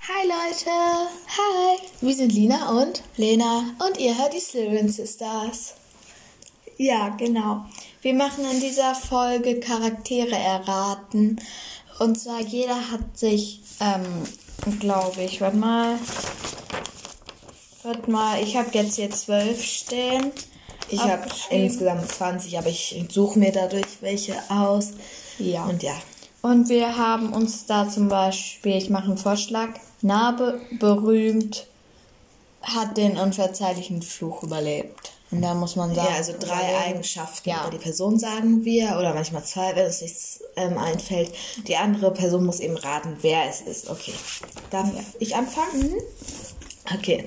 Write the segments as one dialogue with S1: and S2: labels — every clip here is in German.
S1: Hi Leute! Hi! Wir sind Lina und
S2: Lena.
S1: und ihr hört die Slytherin Sisters.
S2: Ja, genau.
S1: Wir machen in dieser Folge Charaktere erraten. Und zwar jeder hat sich, ähm, glaube ich, warte mal. Warte mal, ich habe jetzt hier zwölf stehen.
S2: Ich habe
S1: Abgeschrieben.
S2: insgesamt 20, aber ich suche mir dadurch welche aus.
S1: Ja.
S2: Und ja.
S1: Und wir haben uns da zum Beispiel, ich mache einen Vorschlag, Narbe berühmt hat den unverzeihlichen Fluch überlebt. Und da muss man sagen.
S2: Ja, also drei
S1: überlegen.
S2: Eigenschaften
S1: Ja.
S2: über die Person sagen wir oder manchmal zwei, wenn uns nichts ähm, einfällt. Die andere Person muss eben raten, wer es ist. Okay. Darf ich anfangen? Mhm. Okay.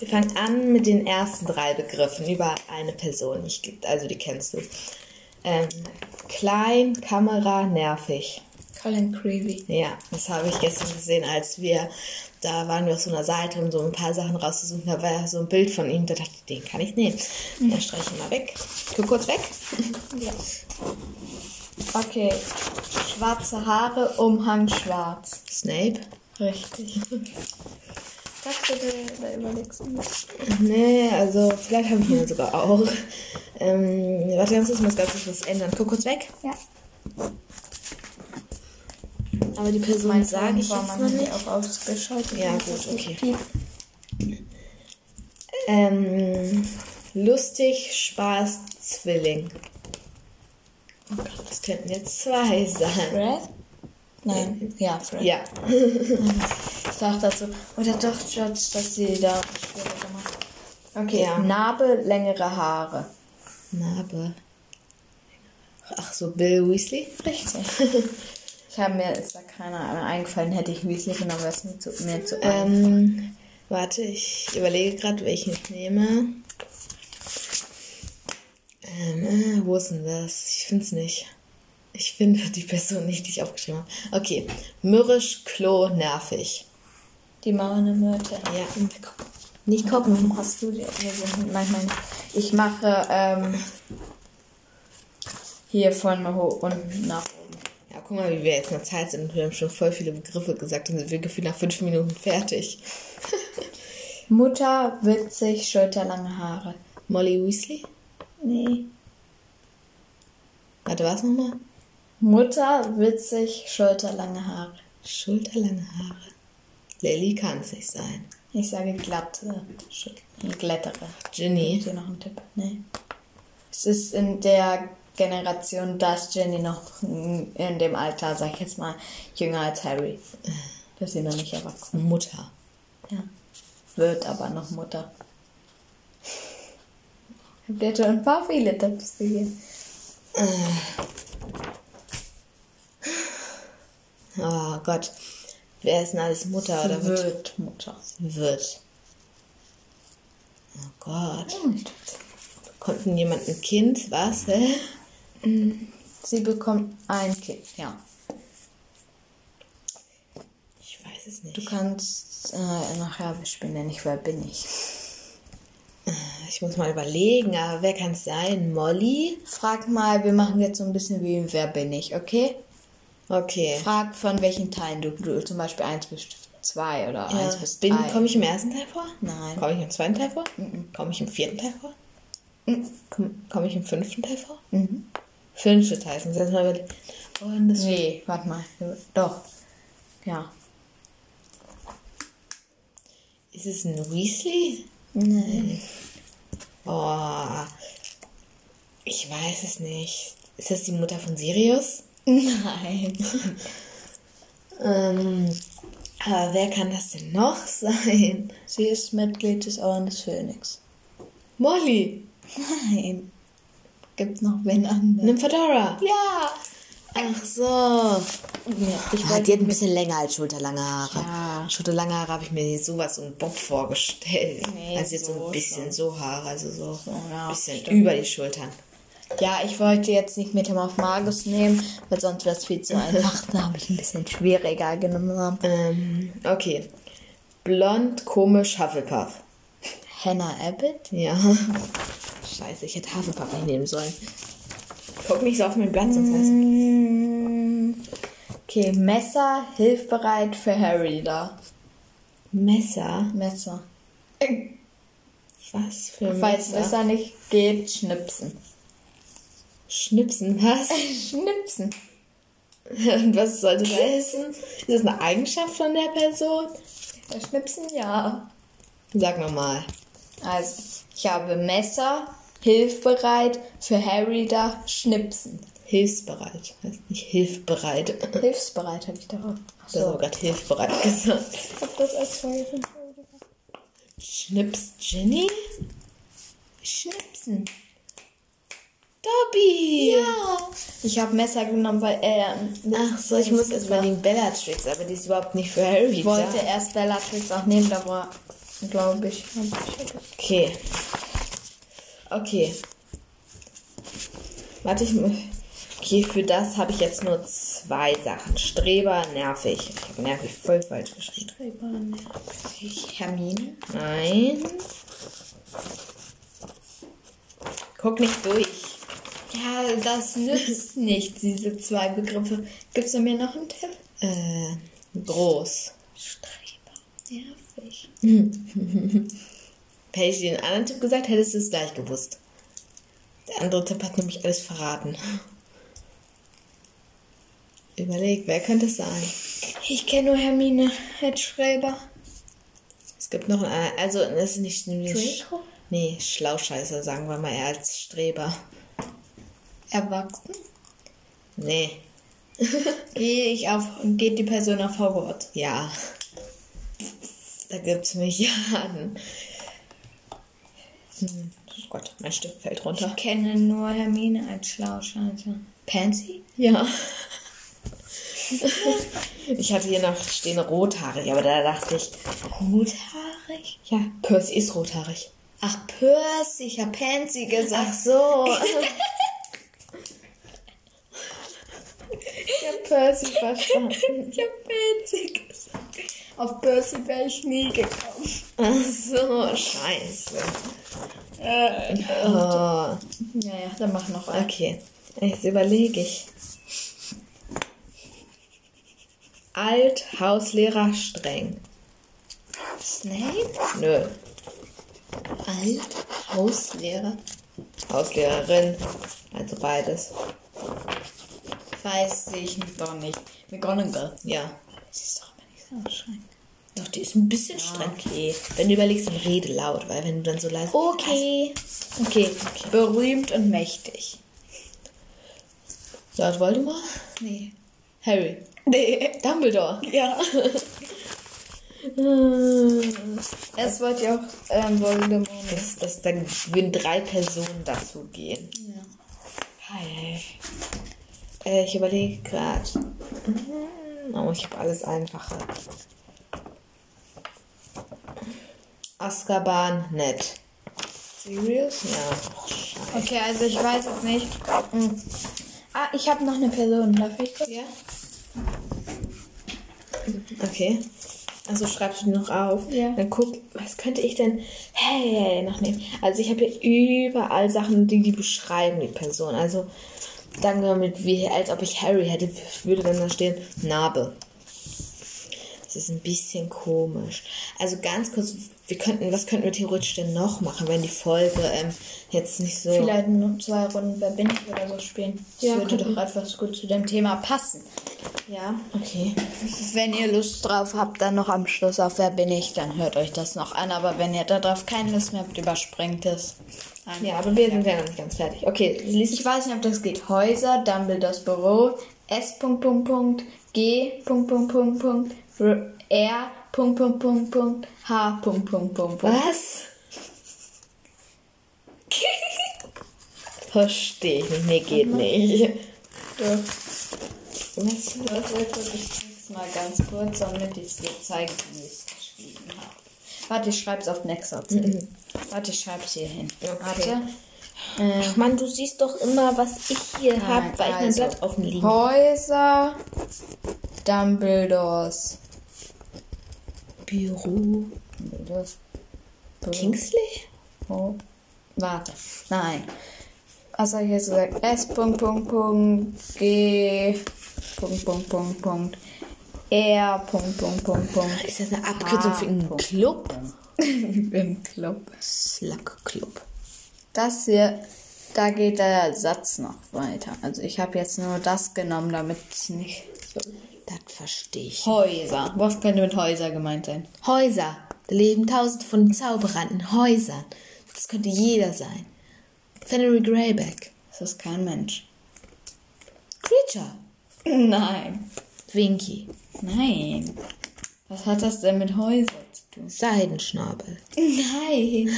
S2: Wir fangen an mit den ersten drei Begriffen über eine Person. Ich, geb- also die kennst du. Ähm, klein, Kamera, nervig.
S1: Colin Creevy.
S2: Ja, das habe ich gestern gesehen, als wir, da waren wir auf so einer Seite, um so ein paar Sachen rauszusuchen, da war ja so ein Bild von ihm, da dachte ich, den kann ich nehmen.
S1: Mhm.
S2: Dann streiche ich mal weg. Guck kurz weg.
S1: Ja. Okay. Schwarze Haare, Umhang schwarz.
S2: Snape.
S1: Richtig. Dachte, du, da überlegst du nicht.
S2: Nee, also vielleicht haben wir ihn sogar auch. Ähm, warte ganz kurz, ich muss ganz kurz was ändern. Guck kurz weg.
S1: Ja.
S2: Aber die Person
S1: Mein
S2: sage ich
S1: war
S2: jetzt
S1: man
S2: noch
S1: hier
S2: nicht.
S1: auch ausgeschaltet.
S2: Ja,
S1: Das
S2: gut,
S1: ist nicht
S2: okay.
S1: piep.
S2: Ähm, lustig, Spaß, Zwilling. Oh Gott, das könnten jetzt zwei sein.
S1: Fred? Nein. Ja, Fred.
S2: Ja,
S1: Ich dachte dazu. Oder doch, George, dass sie da Schwere gemacht haben. Okay,
S2: Ja.
S1: Narbe, längere Haare.
S2: Narbe. Ach so, Bill Weasley?
S1: Richtig. ich habe mir, ist da keiner eingefallen, hätte ich Weasley genommen, wäre es mir zu, mir zu
S2: Ähm, warte, ich überlege gerade, welchen ich nehme. Ähm, äh, wo ist denn das? Ich finde es nicht. Ich finde die Person nicht, die ich aufgeschrieben habe. Okay, mürrisch, Klo, nervig.
S1: Die Maune Myrte.
S2: Ja, nicht
S1: Warum
S2: gucken.
S1: hast du die? Wir sind manchmal. Ich mache ähm, hier von hoch unten nach oben.
S2: Ja, guck mal, wie wir jetzt in der Zeit sind. Wir haben schon voll viele Begriffe gesagt und sind wir gefühlt nach fünf Minuten fertig.
S1: Mutter, witzig, schulterlange Haare.
S2: Molly Weasley?
S1: Nee.
S2: Warte, was nochmal?
S1: Mutter, witzig, schulterlange Haare.
S2: Schulterlange Haare. Lilly kann es nicht sein.
S1: Ich sage glatte, Schul- glättere.
S2: Ginny.
S1: Habt ihr noch einen Tipp? Nee. Es ist in der Generation, dass Jenny noch in in dem Alter, sag ich jetzt mal, jünger als Harry. Dass sie noch nicht erwachsen.
S2: Mutter.
S1: Ja. Wird aber noch Mutter. Habt ihr schon ein paar viele Tipps gegeben?
S2: Oh Gott. Wer ist denn alles Mutter oder wird?
S1: wird Mutter.
S2: Wird. Oh Gott.
S1: Sie
S2: Konnten jemand ein Kind? Was? Hä?
S1: bekommt ein Kind, ja.
S2: Ich weiß es
S1: Du
S2: nicht.
S1: kannst äh, nachher bespielen, nicht wer bin ich.
S2: Ich muss mal überlegen, aber wer kann es sein? Molly?
S1: Frag mal, wir machen jetzt so ein bisschen wie im Wer bin ich, okay?
S2: Okay.
S1: Frag von welchen Teilen du, du zum Beispiel 1 bis 2 oder
S2: Ja.
S1: 1 bis 3.
S2: Äh, Bin, komme ich im ersten Teil vor?
S1: Nein.
S2: Komme ich im zweiten Teil vor? Komme ich im vierten Teil vor? Komm- Komme ich im fünften Teil vor?
S1: Mhm.
S2: Fünfte Teil. Ich muss erst mal überlegen. Mm-hmm. Oh, Und das
S1: Nee, warte mal. Doch. Ja.
S2: ist es ein Weasley? Mm.
S1: Nein.
S2: Oh, ich weiß es nicht. Ist das die Mutter von Sirius?
S1: Nein.
S2: Ähm, aber wer kann das denn noch sein?
S1: Sie ist Mitglied des Orden des Phönix.
S2: Molly,
S1: Nein. Gibt noch wen anderen.
S2: Nymphadora.
S1: Ja.
S2: Ach so.
S1: ja. Ich
S2: Ah,
S1: wollte
S2: die hat ein bisschen länger als schulterlange Haare.
S1: Ja.
S2: Schulterlange Haare habe ich mir sowas und Bob vorgestellt.
S1: Nee,
S2: also jetzt so
S1: so
S2: ein bisschen
S1: schon.
S2: so Haare, also so ein
S1: ja,
S2: bisschen
S1: stimmt.
S2: über die Schultern.
S1: Ja, ich wollte jetzt nicht Metamorph Magus nehmen, weil sonst wäre es viel zu einfach. Da habe ich ein bisschen schwieriger genommen.
S2: Ähm, okay. Blond, komisch, Hufflepuff.
S1: Hannah Abbott?
S2: Ja. Scheiße, ich hätte Hafenpappe nicht nehmen sollen. Guck nicht so auf meinen Platz, sonst weiß
S1: Mm, Okay, Messer, hilfbereit für Harry da.
S2: Messer?
S1: Messer.
S2: Was für ein
S1: Falls
S2: Messer?
S1: Messer nicht geht, schnipsen.
S2: Schnipsen, was?
S1: Schnipsen.
S2: Und was sollte das heißen? Ist das eine Eigenschaft von der Person?
S1: Das Schnipsen, ja.
S2: Sag mir mal.
S1: Also, ich habe Messer, hilfbereit, für Harry da, schnipsen.
S2: Hilfsbereit. Heißt nicht hilfbereit.
S1: Hilfsbereit habe ich darauf. Ach
S2: Das ist
S1: so.
S2: aber gerade hilfbereit gesagt.
S1: Ich habe das als Folge.
S2: Schnips Ginny?
S1: Schnipsen.
S2: Dobby!
S1: Ja. Ich habe Messer genommen, weil ähm, er.
S2: Ach so, ich muss erst mal wegen Bellatrix, aber die ist überhaupt nicht für Harry.
S1: Ich wollte
S2: Da.
S1: erst Bellatrix auch nehmen, da war, glaube ich.
S2: Okay. Okay. Warte, ich mu- Okay, für das habe ich jetzt nur zwei Sachen. Streber, nervig. Ich habe nervig voll falsch geschrieben.
S1: Hermine?
S2: Nein. Guck nicht durch.
S1: Ja, das nützt nichts, diese zwei Begriffe. Gibst du mir noch einen Tipp?
S2: Äh, groß.
S1: Streber. Nervig.
S2: Hätte ich dir den anderen Tipp gesagt, hättest du es gleich gewusst. Der andere Tipp hat nämlich alles verraten. Überleg, wer könnte es sein?
S1: Ich kenne nur Hermine als Streber.
S2: Es gibt noch einen, also es ist nicht nämlich.
S1: Draco?
S2: Nee, Schlauscheißer, sagen wir mal, eher als Streber.
S1: Erwachsen?
S2: Nee,
S1: Gehe ich auf, geht die Person auf Hogwarts?
S2: ja. Da gibt's Milliarden. Hm, oh Gott, mein Stift fällt runter.
S1: Ich kenne nur Hermine als Schlauscheiße. Pansy?
S2: Ja. ich hatte hier noch stehen rothaarig, aber da dachte ich,
S1: Rothaarig?
S2: ja, Percy ist rothaarig.
S1: Ach, Percy, ich hab Pansy gesagt.
S2: Ach so. ich habe Percy verstanden.
S1: Ich hab Pansy gesagt. Auf Percy wäre ich nie gekommen.
S2: Ach so, scheiße. Oh,
S1: Naja, dann mach noch einen.
S2: okay, jetzt überlege ich. Alt, Hauslehrer, streng.
S1: Snape?
S2: Nö,
S1: Alt? Hauslehrer?
S2: Hauslehrerin. Also beides.
S1: Weiß ich doch nicht. McGonagall.
S2: Ja.
S1: Sie ist doch immer nicht so streng.
S2: Doch, die ist ein bisschen streng. Okay. Wenn du überlegst, dann rede laut, weil wenn du dann so leise.
S1: Okay. Okay. Berühmt und mächtig.
S2: Laut Voldemort?
S1: Nee.
S2: Harry.
S1: Nee.
S2: Dumbledore.
S1: Ja. Erst wollte ich auch ähm, Voldemort.
S2: Dass, dass dann würden drei Personen dazu gehen.
S1: Ja.
S2: Hi. Äh, ich überlege gerade. Oh, ich habe alles einfache. Azkaban, nett.
S1: Serious?
S2: Ja. Scheiße.
S1: Okay, also ich weiß jetzt nicht. Hm. Ah, ich habe noch eine Person. Darf ich kurz?
S2: Ja. Okay. Also schreibst du die noch auf.
S1: Ja.
S2: Dann guck, was könnte ich denn hey noch nehmen? Also ich habe hier überall Sachen, die die beschreiben die Person. Also dann damit wie als ob ich Harry hätte, würde dann da stehen Narbe. Das ist ein bisschen komisch. Also ganz kurz, wir könnten, was könnten wir theoretisch denn noch machen, wenn die Folge ähm, jetzt nicht so.
S1: Vielleicht noch zwei Runden Wer bin ich oder so spielen. Das
S2: Ja,
S1: würde
S2: könnten
S1: doch etwas gut zu dem Thema passen.
S2: Ja. Okay.
S1: Wenn ihr Lust drauf habt, dann noch am Schluss auf Wer bin ich, dann hört euch das noch an. Aber wenn ihr darauf keine Lust mehr habt, überspringt es. Einfach.
S2: Ja, aber wir sind ja noch nicht ganz fertig. Okay, lies
S1: Ich weiß nicht, ob das geht. Häuser, Dumbledores Büro, S. Punkt, Punkt, Punkt, G. Punkt, Punkt, Punkt, Punkt, R. R. Punkt, Punkt, Punkt, Punkt, H. Punkt, Punkt, Punkt, Punkt.
S2: Was? Verstehe ich nicht. Nee, geht nicht. Was?
S1: Das wird wirklich jetzt mal ganz kurz, damit ich es dir zeige, wie ich es geschrieben habe. Warte, ich schreibe es auf Nextdoor-Zettel. Warte, ich schreibe es hier hin.
S2: Okay.
S1: Warte.
S2: Ach Mann, du siehst doch immer, was ich hier habe, weil ich mein
S1: also,
S2: Blatt offen liegen.
S1: Häuser, Dumbledores.
S2: Büro.
S1: Das
S2: Kingsley?
S1: Oh, warte. Nein. Was habe ich jetzt gesagt? S. Punkt, Punkt, Punkt, G. Punkt, Punkt, Punkt, Punkt. Er, Punkt, Punkt, Punkt, Punkt.
S2: Ist das eine Abkürzung für einen Club?
S1: Im Club.
S2: Slack Club.
S1: Das hier, da geht der Satz noch weiter. Also ich habe jetzt nur das genommen, damit es nicht so...
S2: Das verstehe ich.
S1: Häuser. Was könnte mit Häuser gemeint sein?
S2: Häuser. Da leben tausend von Zauberern in Häusern. Das könnte jeder sein. Fennery Greyback.
S1: Das ist kein Mensch.
S2: Creature.
S1: Nein.
S2: Winky.
S1: Nein. Was hat das denn mit Häusern zu tun?
S2: Seidenschnabel.
S1: Nein.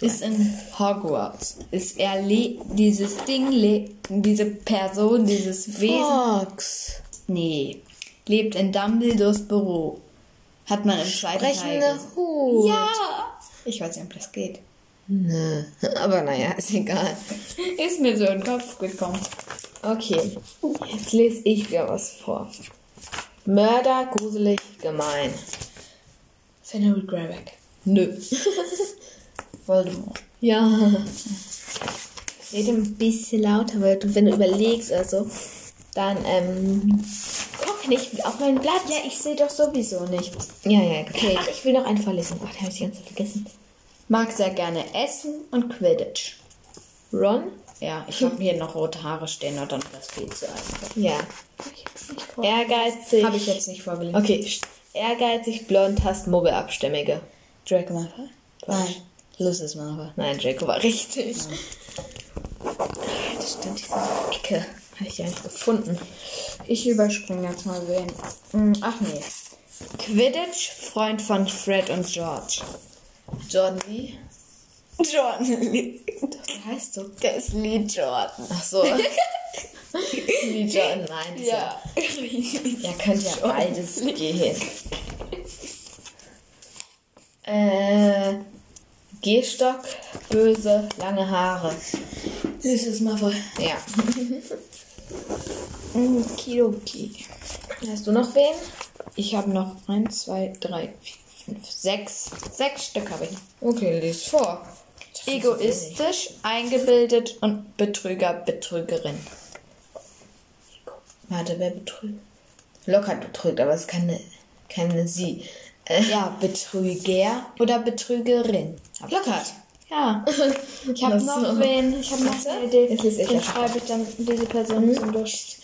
S1: ist in Hogwarts. Ist er le dieses Ding, le diese Person, dieses Wesen.
S2: Fox.
S1: Nee. Lebt in Dumbledores Büro. Hat man im zweiten Teil.
S2: Brechende
S1: gesehen.
S2: Hut.
S1: Ja. Ich weiß nicht, ob das geht.
S2: Nö. Ne. Aber naja, ist egal.
S1: Ist mir so in den Kopf gekommen.
S2: Okay, jetzt lese ich dir was vor. Mörder, gruselig, gemein.
S1: Fennery Greyback.
S2: Nö.
S1: Voldemort.
S2: Ja. Rede ein bisschen lauter, weil du, wenn du überlegst, also, dann, ähm, guck nicht auf mein Blatt.
S1: Ja, ich sehe doch sowieso nichts.
S2: Ja, ja, genau. okay. Ach, ich will noch einen vorlesen. Ach, den habe ich die ganze Zeit vergessen.
S1: Mag sehr gerne Essen und Quidditch.
S2: Ron?
S1: Ja, ich habe hier noch rote Haare stehen, oder das ist viel zu einfach.
S2: Ja.
S1: Ja.
S2: Ehrgeizig.
S1: Habe ich jetzt nicht vorgelesen.
S2: Okay. st- Ehrgeizig, blond, hast Muggelabstämmige.
S1: Draco Malfoy? Nein. Lucius Malfoy.
S2: Nein, Draco war richtig. Das stimmt, diese Ecke habe ich gar nicht gefunden.
S1: Ich überspringe jetzt mal wen. Hm, Ach nee. Quidditch, Freund von Fred und George.
S2: Jordan Lee?
S1: Jordan Lee.
S2: Wie heißt du?
S1: Der ist Lee Jordan.
S2: Ach so. Lee Jordan, nein. das
S1: Ja.
S2: ist Ja, ja könnte ja beides gehen. Äh, Gehstock, böse, lange Haare.
S1: Lucius Malfoy.
S2: Ja.
S1: Hm, Kidoki.
S2: Hast du noch wen?
S1: Ich habe noch 1, 2, 3, 4, 5, 6. Sechs Stück habe ich.
S2: Okay, lies vor.
S1: Egoistisch, eingebildet und Betrüger, Betrügerin.
S2: Warte, wer betrügt? Locker betrügt, aber es ist keine, keine sie. Äh,
S1: Ja, Betrüger oder Betrügerin.
S2: Lockert.
S1: Ja. Ich habe
S2: Na
S1: noch
S2: so.
S1: wen. Ich habe noch eine Idee.
S2: Jetzt lese ich
S1: Den
S2: einfach.
S1: schreibe ich dann diese Person zum Schluss-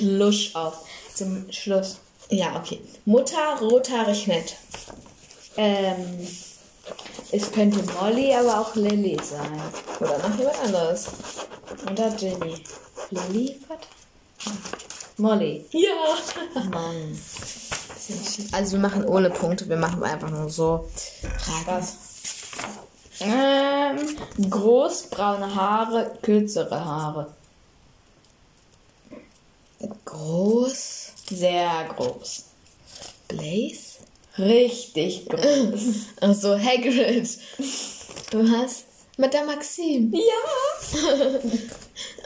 S1: Schluss auf. Mhm. Zum Schluss.
S2: Ja, okay. Mutter, rothaarig, nett.
S1: Ähm, es könnte Molly, aber auch Lilly sein.
S2: Oder noch jemand anderes.
S1: Oder Ginny. Lilly? Gott. Molly.
S2: Ja.
S1: Mann.
S2: Also wir machen ohne Punkte, wir machen einfach nur so. Was?
S1: Ähm, groß, braune Haare, kürzere Haare.
S2: Groß.
S1: Sehr groß.
S2: Blaze?
S1: Richtig groß.
S2: Achso, Hagrid. Du hast Madame Maxim.
S1: ja.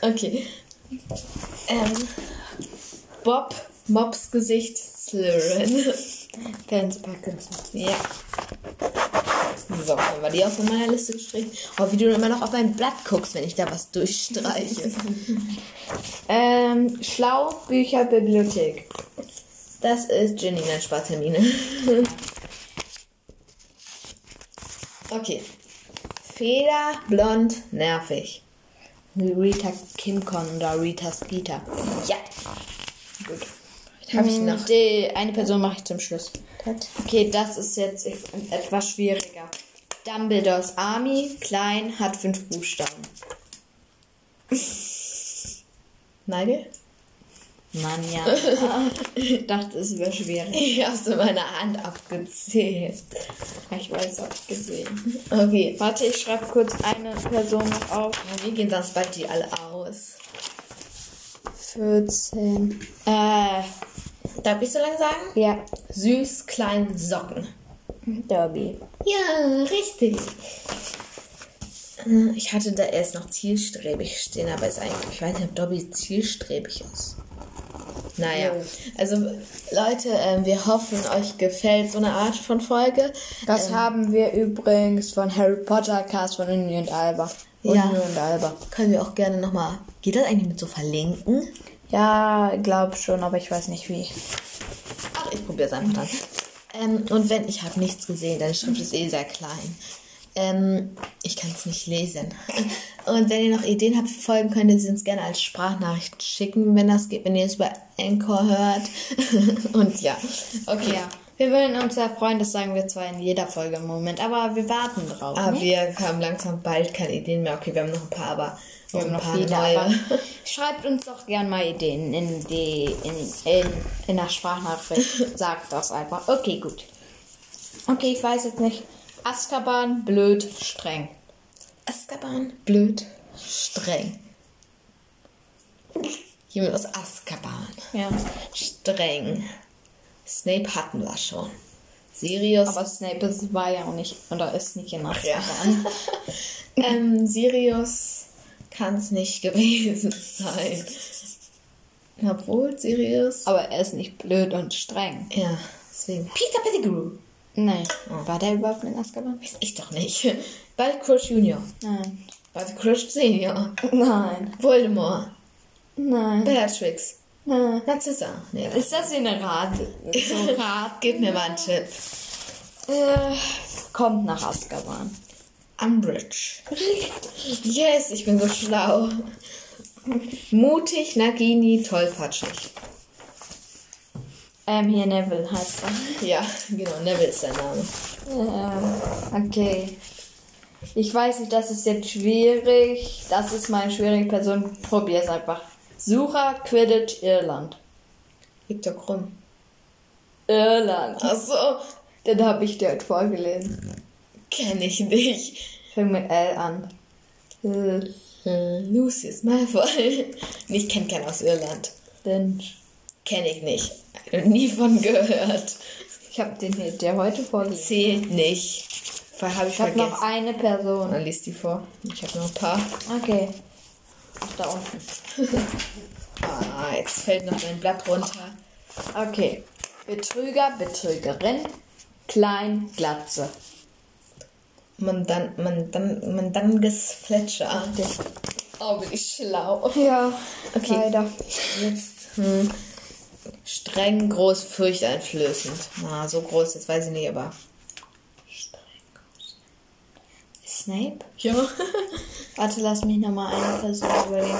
S2: Okay. Ähm, Bob, Mobs Gesicht, Slytherin.
S1: Fancy Parkinson.
S2: Ja. So, dann war die auch von meiner Liste gestrichen. Oh, wie du immer noch auf mein Blatt guckst, wenn ich da was durchstreiche.
S1: Ähm, schlau, Bücher, Bibliothek.
S2: Das ist Ginny, nein, Spartermine. okay. Feder, blond, nervig.
S1: Rita Kimcon oder Rita Skeeter.
S2: Ja. Gut. Hab ich
S1: Hm,
S2: noch.
S1: Die, eine Person mache ich zum Schluss.
S2: Das.
S1: Okay, das ist jetzt etwas schwieriger. Dumbledores Army, klein, hat fünf Buchstaben.
S2: Nagel?
S1: Mann, ja. ich dachte, es wäre schwierig.
S2: Ich hab's in meiner Hand abgezählt.
S1: Ich weiß, hab ich gesehen.
S2: Okay.
S1: Warte, ich schreibe kurz eine Person noch auf.
S2: Wir gehen sonst bald die alle aus.
S1: 14. Äh,
S2: Darf ich so lange sagen?
S1: ja.
S2: Süß, klein, Socken.
S1: Derby.
S2: Ja, richtig. Äh, Ich hatte da erst noch zielstrebig stehen, aber ist eigentlich, ich weiß nicht, ob Dobby zielstrebig ist. Naja,
S1: Jo.
S2: also Leute, ähm, wir hoffen, euch gefällt so eine Art von Folge.
S1: Das haben wir übrigens von Harry Potter Cast von Uni und Alba. Uni
S2: Ja.
S1: und Alba.
S2: Können wir auch gerne nochmal, geht das eigentlich mit so verlinken?
S1: Ja, glaub schon, aber ich weiß nicht wie.
S2: Aber Ach, ich probiere es einfach dann. Ähm, und wenn, ich habe nichts gesehen, deine Schrift ist eh sehr klein. Ähm, ich kann es nicht lesen. Und wenn ihr noch Ideen habt für Folgen, könnt ihr sie uns gerne als Sprachnachricht schicken, wenn das geht, wenn ihr es über Anchor hört. und ja, okay.
S1: Ja. Wir würden uns sehr freuen, das sagen wir zwar in jeder Folge im Moment, aber wir warten drauf.
S2: Ah,
S1: ne?
S2: wir haben langsam bald keine Ideen mehr. Okay, wir haben noch ein paar, aber
S1: Wir haben
S2: ein
S1: noch
S2: paar
S1: viele.
S2: neue.
S1: Aber schreibt uns doch gern mal Ideen in die in, in, in der Sprachnachricht. Sagt das einfach. Okay, gut. Okay, ich weiß jetzt nicht. Azkaban, blöd, streng.
S2: Azkaban, blöd, streng. Jemand aus Azkaban.
S1: Ja.
S2: Streng. Snape hatten wir schon. Sirius.
S1: Aber Snape ist- war ja auch nicht oder ist nicht in
S2: ja.
S1: Azkaban.
S2: ähm, Sirius kann es nicht gewesen sein. Obwohl Sirius.
S1: Aber er ist nicht blöd und streng.
S2: Ja, deswegen. Peter Pettigrew.
S1: Nein. War der überhaupt in Azkaban?
S2: Weiß ich doch nicht. Bald Crush Junior.
S1: Nein.
S2: Bald Crush Senior.
S1: Nein.
S2: Voldemort.
S1: Nein.
S2: Bellatrix.
S1: Nein.
S2: Narzissa. Nee,
S1: Ist das wie eine Rat? So Rat?
S2: gib mir mal einen Tipp.
S1: äh, kommt nach Azkaban.
S2: Umbridge. Yes, ich bin so schlau. Mutig, Nagini, tollpatschig.
S1: Ähm, hier Neville heißt er.
S2: Ja, genau, Neville ist der Name.
S1: Ähm, okay. Ich weiß nicht, das ist jetzt schwierig. Das ist meine schwierige Person. Probier es einfach. Sucher Quidditch Irland.
S2: Victor Krumm.
S1: Irland.
S2: Achso,
S1: Den habe ich dir heute vorgelesen.
S2: kenne ich nicht.
S1: Fängt mit L an. L-
S2: Hm, Lucius Malfoy. Ich kenne keinen aus Irland.
S1: Lynch.
S2: Kenne ich nicht. Nie von gehört.
S1: Ich habe den hier dir heute vorgelesen.
S2: Zählt nicht. Weil habe ich,
S1: Ich habe
S2: vergessen.
S1: noch eine Person.
S2: Dann liest die vor. Ich habe noch ein paar.
S1: Okay. Ach, da unten.
S2: Ah, jetzt fällt noch mein Blatt runter.
S1: Okay. Betrüger, Betrügerin. Klein, Glatze.
S2: Mandan, Mandan, Mandanges Fletcher.
S1: Das-
S2: Oh, bin ich schlau.
S1: Ja,
S2: Okay.
S1: leider.
S2: Jetzt. Hm. Streng, groß, furchteinflößend. Na, so groß, jetzt weiß ich nicht, aber.
S1: Snape?
S2: Ja.
S1: Warte, lass mich nochmal eine Person überlegen.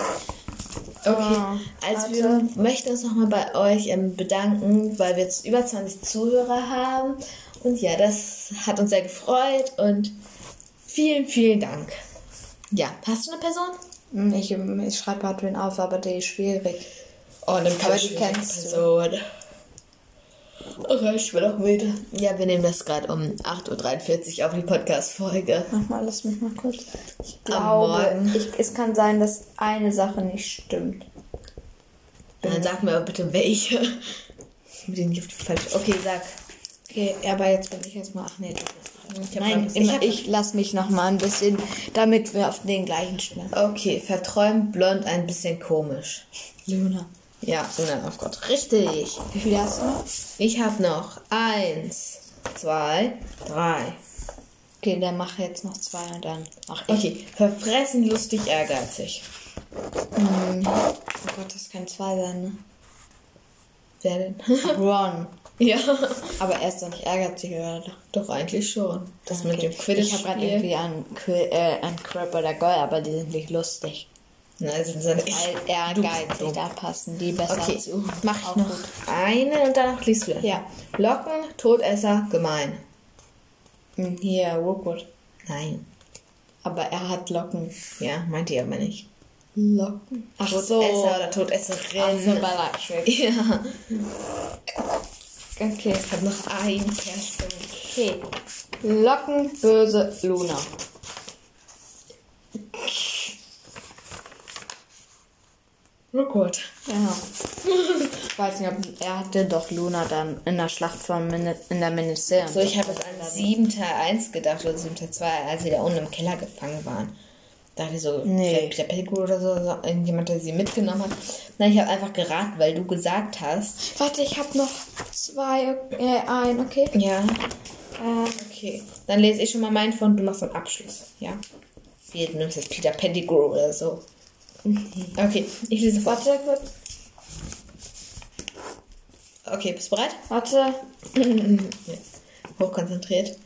S2: Okay.
S1: Wow.
S2: Also, wir möchten uns nochmal bei euch ähm, bedanken, weil wir jetzt über 20 Zuhörer haben. Und ja, das hat uns sehr gefreut und vielen, vielen Dank. Ja, hast du eine Person?
S1: Hm, Ich, ich schreibe halt wen auf, aber die ist schwierig.
S2: Oh, eine
S1: Aber die kennst
S2: Person. Okay, ich bin auch müde. Ja, wir nehmen das gerade um 8.43 Uhr auf die Podcast-Folge.
S1: Mach mal, lass mich mal kurz. Ich
S2: Am
S1: glaube,
S2: Morgen.
S1: ich, es kann sein, dass eine Sache nicht stimmt. Mhm.
S2: Dann sag mir aber bitte welche. Mit denen ich auf die falsche. Okay, sag.
S1: Okay, aber jetzt bin ich erstmal. Ach nee, du bist
S2: Ich hab
S1: Nein,
S2: grad-
S1: ich,
S2: hab-
S1: ich lass mich nochmal ein bisschen, damit wir auf den gleichen Stand.
S2: Okay, verträumt, blond, ein bisschen komisch.
S1: Luna.
S2: Ja, oh nein, auf Gott. Richtig.
S1: Wie viele hast du noch?
S2: Ich habe noch eins, zwei, drei.
S1: Okay, dann mach jetzt noch zwei und dann mach ich.
S2: Okay, verfressen, lustig, ehrgeizig.
S1: Oh Gott, das kann zwei sein, ne?
S2: Wer denn?
S1: Ron.
S2: ja,
S1: Aber er ist doch nicht ehrgeizig, oder?
S2: doch eigentlich schon. Das mit dem
S1: Ich
S2: Quidditch.
S1: habe gerade irgendwie an, Qu äh, an Crab oder Goy, aber die sind nicht lustig.
S2: Nein, sind seine
S1: Weil ehrgeizig, da passen die besser
S2: Okay,
S1: zu.
S2: mach ich
S1: Auch
S2: noch
S1: gut.
S2: eine und danach liest du dann.
S1: Ja.
S2: Locken, Todesser, gemein.
S1: Hm, Hier, Rookwood.
S2: Nein.
S1: Aber er hat Locken.
S2: Ja, meinte ich aber nicht.
S1: Locken? Ach so.
S2: Todesser oder
S1: Ach so,
S2: Todesserin.
S1: bei Leipzig.
S2: ja.
S1: Okay.
S2: Ich habe noch ein Person.
S1: Okay. Locken, böse Luna.
S2: Rookwood.
S1: Ja. Ich weiß nicht, ob er hatte doch Luna dann in der Schlacht von Min in der Ministerium.
S2: So, ich habe jetzt an 7 Teil 1 gedacht oder 7 Teil 2, als sie da unten im Keller gefangen waren. Dachte ich so,
S1: Nee.
S2: vielleicht Peter Pettigrew oder so, so, irgendjemand, der sie mitgenommen hat. Nein, ich habe einfach geraten, weil du gesagt hast.
S1: Warte, ich habe noch zwei, äh, ein, okay?
S2: Ja.
S1: Äh,
S2: Ah, Okay. Dann lese ich schon mal meinen von, du machst einen Abschluss. Ja. Wie, du nimmst jetzt Peter Pettigrew oder so. Okay, ich lese vor.
S1: warte kurz.
S2: Okay, bist du bereit?
S1: Warte.
S2: Ja. Hochkonzentriert.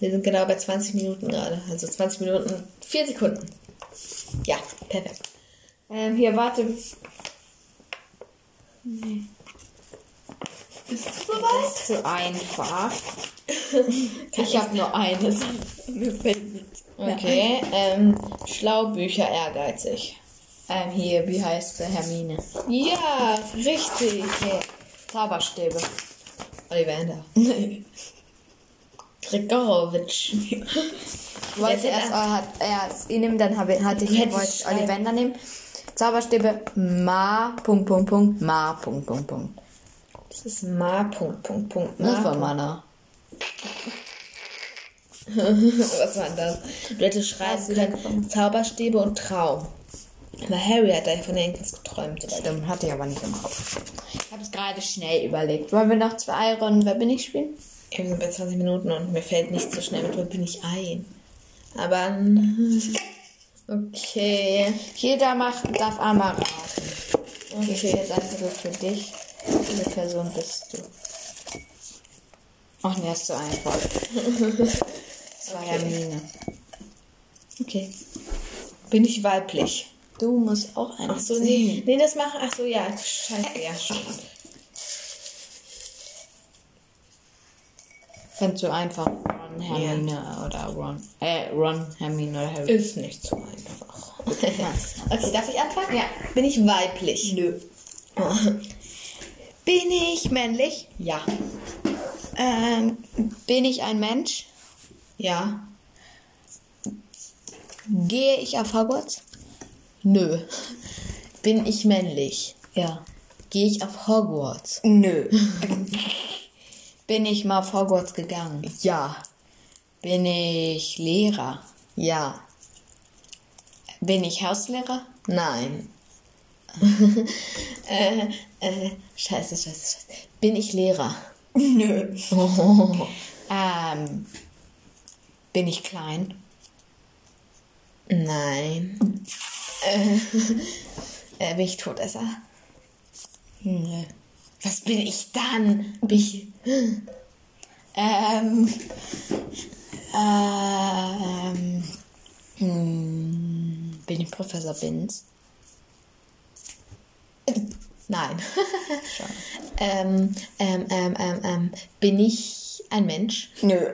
S2: Wir sind genau bei 20 Minuten gerade. Also 20 Minuten, 4 Sekunden. Ja, perfekt.
S1: Ähm, hier, warte.
S2: Bist du soweit?
S1: Ist zu einfach. ich habe nur eines. Mir fällt nichts. mehr
S2: Okay, ähm, schlau, Bücher, ehrgeizig.
S1: ein. Ähm, hier, wie heißt sie? Hermine?
S2: Ja, richtig.
S1: Zauberstäbe.
S2: Oliver Ender.
S1: Nee.
S2: Gregorowitsch.
S1: Ich wollte
S2: Wer
S1: erst,
S2: ist
S1: oh, hat, erst ihn nehmen, dann habe, hatte ich,
S2: hättest
S1: wollte
S2: es
S1: ich
S2: schreiben.
S1: Ollivander nehmen. Zauberstäbe Ma, Punkt, Punkt, Punkt, Ma, Punkt, Punkt, Punkt.
S2: Das ist Ma. Punkt, Punkt, Punkt.
S1: Nur
S2: Ma.
S1: von Mana.
S2: Was war denn das? Du hättest schreiben
S1: Hast du
S2: können:
S1: gekommen?
S2: Zauberstäbe und Traum. Aber Harry hat da von irgendwas geträumt. Oder?
S1: Stimmt, hatte ich aber nicht im Kopf. Ich habe es gerade schnell überlegt. Wollen wir noch zwei Runden Wer bin ich spielen?
S2: Ja, Wir sind bei 20 Minuten und mir fällt nicht so schnell mit, wo bin ich ein. Aber. mm, Okay.
S1: Jeder macht, darf einmal raten. Okay,
S2: Okay.
S1: jetzt ein Viertel für dich. Diese Person bist du. Ach nee, hast du einfach. Das war Hermine.
S2: Okay. Bin ich weiblich?
S1: Du musst auch eine
S2: Ach so,
S1: ziehen.
S2: nee. Nee, das mache Ach so, ja. Scheiße, ja. stimmt.
S1: Ganz so einfach. Ron, Hermine oder Ron. Äh, Ron, Hermine oder Harry.
S2: Ist nicht so einfach. okay, darf ich anfangen?
S1: Ja.
S2: Bin ich weiblich?
S1: Nö.
S2: Bin ich männlich? Ja.
S1: Ähm, bin ich ein Mensch?
S2: Ja.
S1: Gehe ich auf Hogwarts?
S2: Nö. Bin ich männlich?
S1: Ja.
S2: Gehe ich auf Hogwarts?
S1: Nö. bin ich mal auf Hogwarts gegangen?
S2: Ja.
S1: Bin ich Lehrer?
S2: Ja.
S1: Bin ich Hauslehrer?
S2: Nein. äh, äh, scheiße, scheiße, scheiße. Bin ich Lehrer?
S1: Nö.
S2: Oh.
S1: Ähm, bin ich klein?
S2: Nein. Äh, äh, bin ich Todesser?
S1: Nö.
S2: Was bin ich dann? Bin ich.
S1: Ähm, ähm, hm, bin ich Professor Binz?
S2: Nein. ähm, ähm, ähm, ähm, ähm, bin ich ein Mensch?
S1: Nö.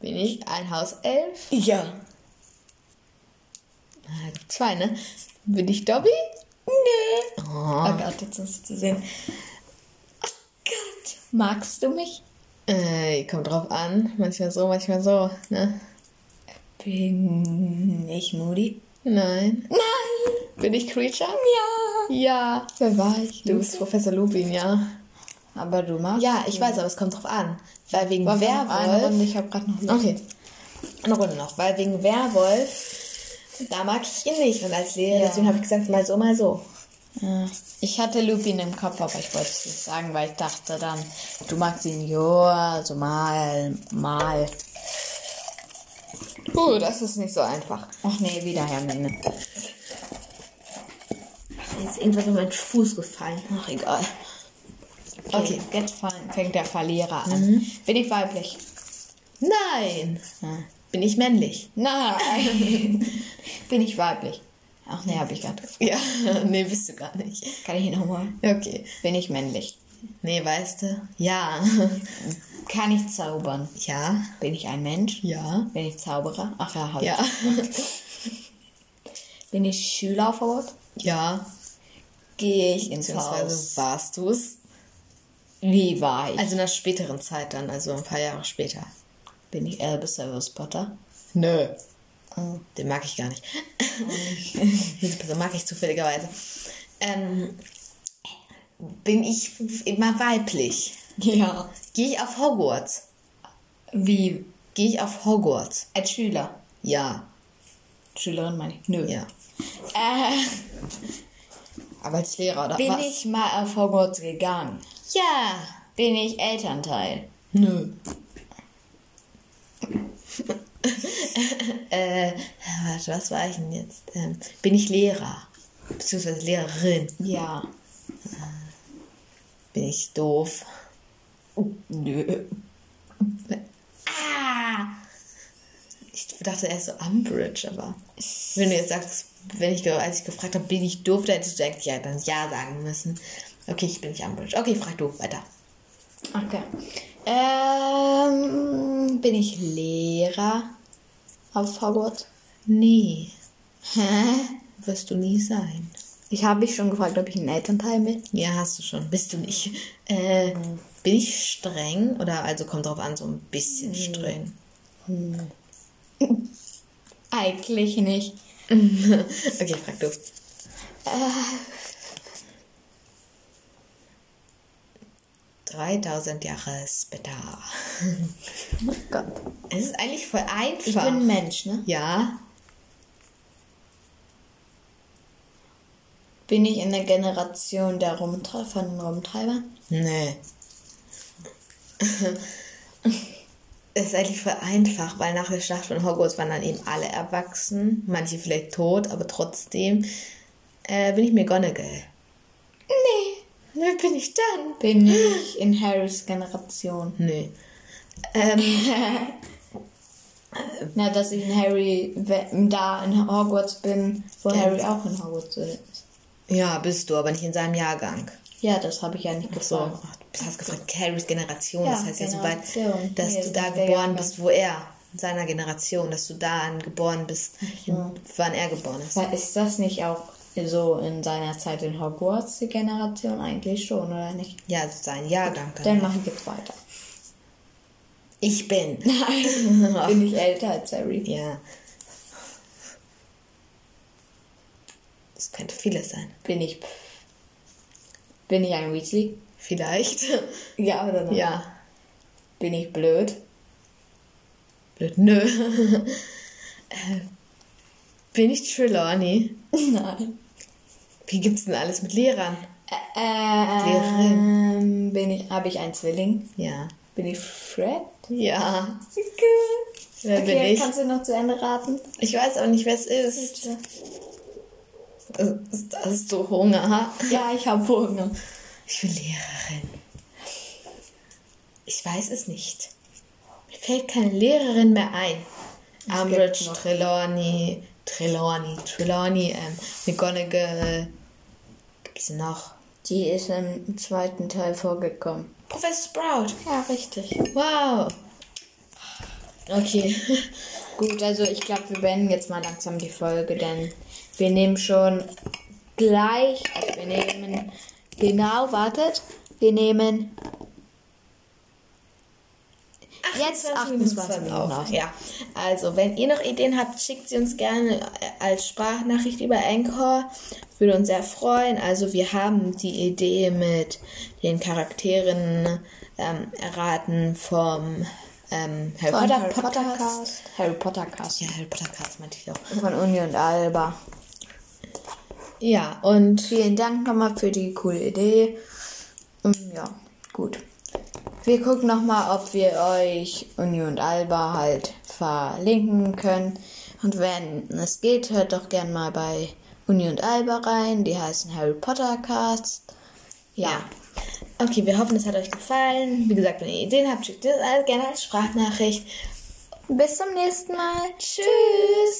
S2: Bin ich ein Hauself?
S1: Ja.
S2: Ah, gibt Zwei, ne? Bin ich Dobby?
S1: Nö.
S2: Oh.
S1: Oh Gott, jetzt ist zu sehen. Oh Gott. Magst du mich?
S2: Äh, kommt drauf an. Manchmal so, manchmal so, ne?
S1: Bin ich Moody?
S2: Nein.
S1: Nein.
S2: Bin ich Creature?
S1: Ja.
S2: Ja. Mhm.
S1: Wer war ich?
S2: Du bist Professor Lupin, ja.
S1: Aber du magst.
S2: Ja, ich weiß, aber es kommt drauf an. Weil wegen
S1: Wollen wir noch eine
S2: Werwolf.
S1: Runde? Ich habe gerade noch Lust.
S2: Okay. Eine Runde noch. Weil wegen Werwolf, da mag ich ihn nicht. Und als Lehrer,
S1: Ja.
S2: deswegen habe ich gesagt, mal so, mal so.
S1: Ja. Ich hatte Lupin im Kopf, aber ich wollte es nicht sagen, weil ich dachte dann, du magst ihn ja, so mal, mal.
S2: Puh, das ist nicht so einfach.
S1: Ach nee, wieder Hermine.
S2: Mir ist irgendwas auf meinen Fuß gefallen. Ach, egal.
S1: Okay,
S2: Okay. Mhm.
S1: jetzt fang- fängt der Verlierer an. Bin ich weiblich?
S2: Nein.
S1: Hm.
S2: Bin ich männlich?
S1: Nein. Bin ich weiblich? Ach nee, habe ich gerade gefragt.
S2: Ja, nee, bist du gar nicht.
S1: Kann ich ihn nochmal?
S2: Okay.
S1: Bin ich männlich?
S2: Nee, weißt du? Ja.
S1: Kann ich zaubern?
S2: Ja.
S1: Bin ich ein Mensch?
S2: Ja.
S1: Bin ich Zauberer? Ach ja, hab ich.
S2: Ja.
S1: Bin ich Schüler auf Hogwarts?
S2: Ja.
S1: Gehe ich ins Haus?
S2: Beziehungsweise warst du es.
S1: Wie war ich?
S2: Also in einer späteren Zeit dann, also ein paar Jahre später.
S1: Bin ich Albus Severus Potter?
S2: Nö.
S1: Oh.
S2: Den mag ich gar nicht. Diese Person mag ich zufälligerweise. Ähm, bin ich immer weiblich?
S1: Ja.
S2: Gehe ich auf Hogwarts?
S1: Wie?
S2: Gehe ich auf Hogwarts?
S1: Als Schüler.
S2: Ja.
S1: Schülerin meine ich. Nö.
S2: Ja.
S1: Äh,
S2: Aber als Lehrer oder
S1: bin
S2: was?
S1: ich mal auf Hogwarts gegangen?
S2: Ja.
S1: Bin ich Elternteil?
S2: Nö. äh, warte, was war ich denn jetzt? Ähm, bin ich Lehrer? Beziehungsweise Lehrerin?
S1: Ja.
S2: Bin ich doof.
S1: Nö.
S2: Ah! Ich dachte erst so Umbridge, aber wenn du jetzt sagst, wenn ich, ge- als ich gefragt habe, bin ich doof, dann hättest du eigentlich ja, dann ja sagen müssen. Okay, ich bin nicht Umbridge. Okay, frag du weiter.
S1: Okay. Ähm, bin ich Lehrer auf Hogwarts?
S2: Nee,
S1: Hä?
S2: wirst du nie sein.
S1: Ich habe mich schon gefragt, ob ich einen Elternteil bin.
S2: Ja, hast du schon. Bist du nicht. Äh, bin ich streng? Oder also kommt drauf an, so ein bisschen
S1: Hm.
S2: streng.
S1: Eigentlich nicht.
S2: Okay, frag du.
S1: Äh,
S2: 3000 Jahre später.
S1: oh Gott.
S2: Es ist eigentlich voll einfach.
S1: Ich bin ein Mensch, ne?
S2: ja.
S1: Bin ich in der Generation der Rumtre von den Rumtreibern?
S2: Nee. Es ist eigentlich voll einfach, weil nach der Schlacht von Hogwarts waren dann eben alle erwachsen, manche vielleicht tot, aber trotzdem äh, bin ich McGonagall.
S1: Nee.
S2: Wer bin ich dann?
S1: Bin ich in Harrys Generation?
S2: Nee. Ähm,
S1: Na, dass ich in Harry, we- da in Hogwarts bin, wo
S2: Ja.
S1: Harry auch in Hogwarts ist.
S2: ja, bist du, aber nicht in seinem Jahrgang.
S1: Ja, das habe ich ja nicht
S2: So,
S1: gefragt.
S2: ach, du hast gefragt, Carries Generation,
S1: Ja,
S2: das heißt ja,
S1: Generation.
S2: sobald,
S1: Nee,
S2: dass du da
S1: das ist der
S2: geboren
S1: Jahrgang.
S2: bist, wo er, in seiner Generation, dass du da geboren bist, in, wann er geboren ist.
S1: Aber Ist das nicht auch so in seiner Zeit in Hogwarts die Generation? Eigentlich schon, oder nicht?
S2: Ja, also sein Jahrgang dann.
S1: Dann machen wir jetzt weiter.
S2: Ich bin.
S1: Also. Bin ich älter als Harry?
S2: ja. Das könnte vieles sein.
S1: Bin ich. Bin ich ein Weasley?
S2: Vielleicht.
S1: Ja oder nein?
S2: ja.
S1: Bin ich blöd?
S2: Blöd. Nö. Äh, bin ich Trelawney?
S1: Nein.
S2: Wie gibt's denn alles mit Lehrern?
S1: Äh, Ähm, bin ich. Habe ich einen Zwilling?
S2: Ja.
S1: Bin ich Fred?
S2: Ja.
S1: Okay.
S2: Wer bin
S1: Okay,
S2: ich?
S1: kannst du noch zu Ende raten?
S2: Ich weiß aber nicht, wer es ist. Hast- Hast du Hunger?
S1: Ja, ich habe Hunger.
S2: Ich bin Lehrerin. Ich weiß es nicht. Mir fällt keine Lehrerin mehr ein.
S1: gibt
S2: Umbridge,
S1: noch.
S2: Trelawney, Trelawney, Trelawney, ähm, McGonagall. Gibt's noch?
S1: Die ist im zweiten Teil vorgekommen.
S2: Professor Sprout.
S1: Ja, richtig.
S2: Wow. Okay.
S1: Gut, also ich glaube, wir beenden jetzt mal langsam die Folge, denn wir nehmen schon gleich, also wir nehmen, genau, wartet, wir nehmen jetzt 28 Minuten
S2: auch.
S1: auf.
S2: Ja. Also, wenn ihr noch Ideen habt, schickt sie uns gerne äh, als Sprachnachricht über Anchor. Würde uns sehr freuen. Also, wir haben die Idee mit den Charakteren ähm, erraten vom ähm, Harry
S1: Von
S2: Potter
S1: Harry Potter
S2: Podcast.
S1: Cast. Harry Potter Cast.
S2: Ja, Harry Potter Cast meinte ich auch.
S1: Von Uni und Alba.
S2: Ja, und
S1: Vielen Dank nochmal für die coole Idee. Ähm, Ja, gut. Wir gucken nochmal, ob wir euch Uni und Alba halt verlinken können. Und wenn es geht, hört doch gern mal bei Uni und Alba rein. Die heißen Harry Potter Casts. Ja.
S2: okay, wir hoffen, es hat euch gefallen. Wie gesagt, wenn ihr Ideen habt, schickt ihr uns alles gerne als Sprachnachricht.
S1: Bis zum nächsten Mal.
S2: Tschüss.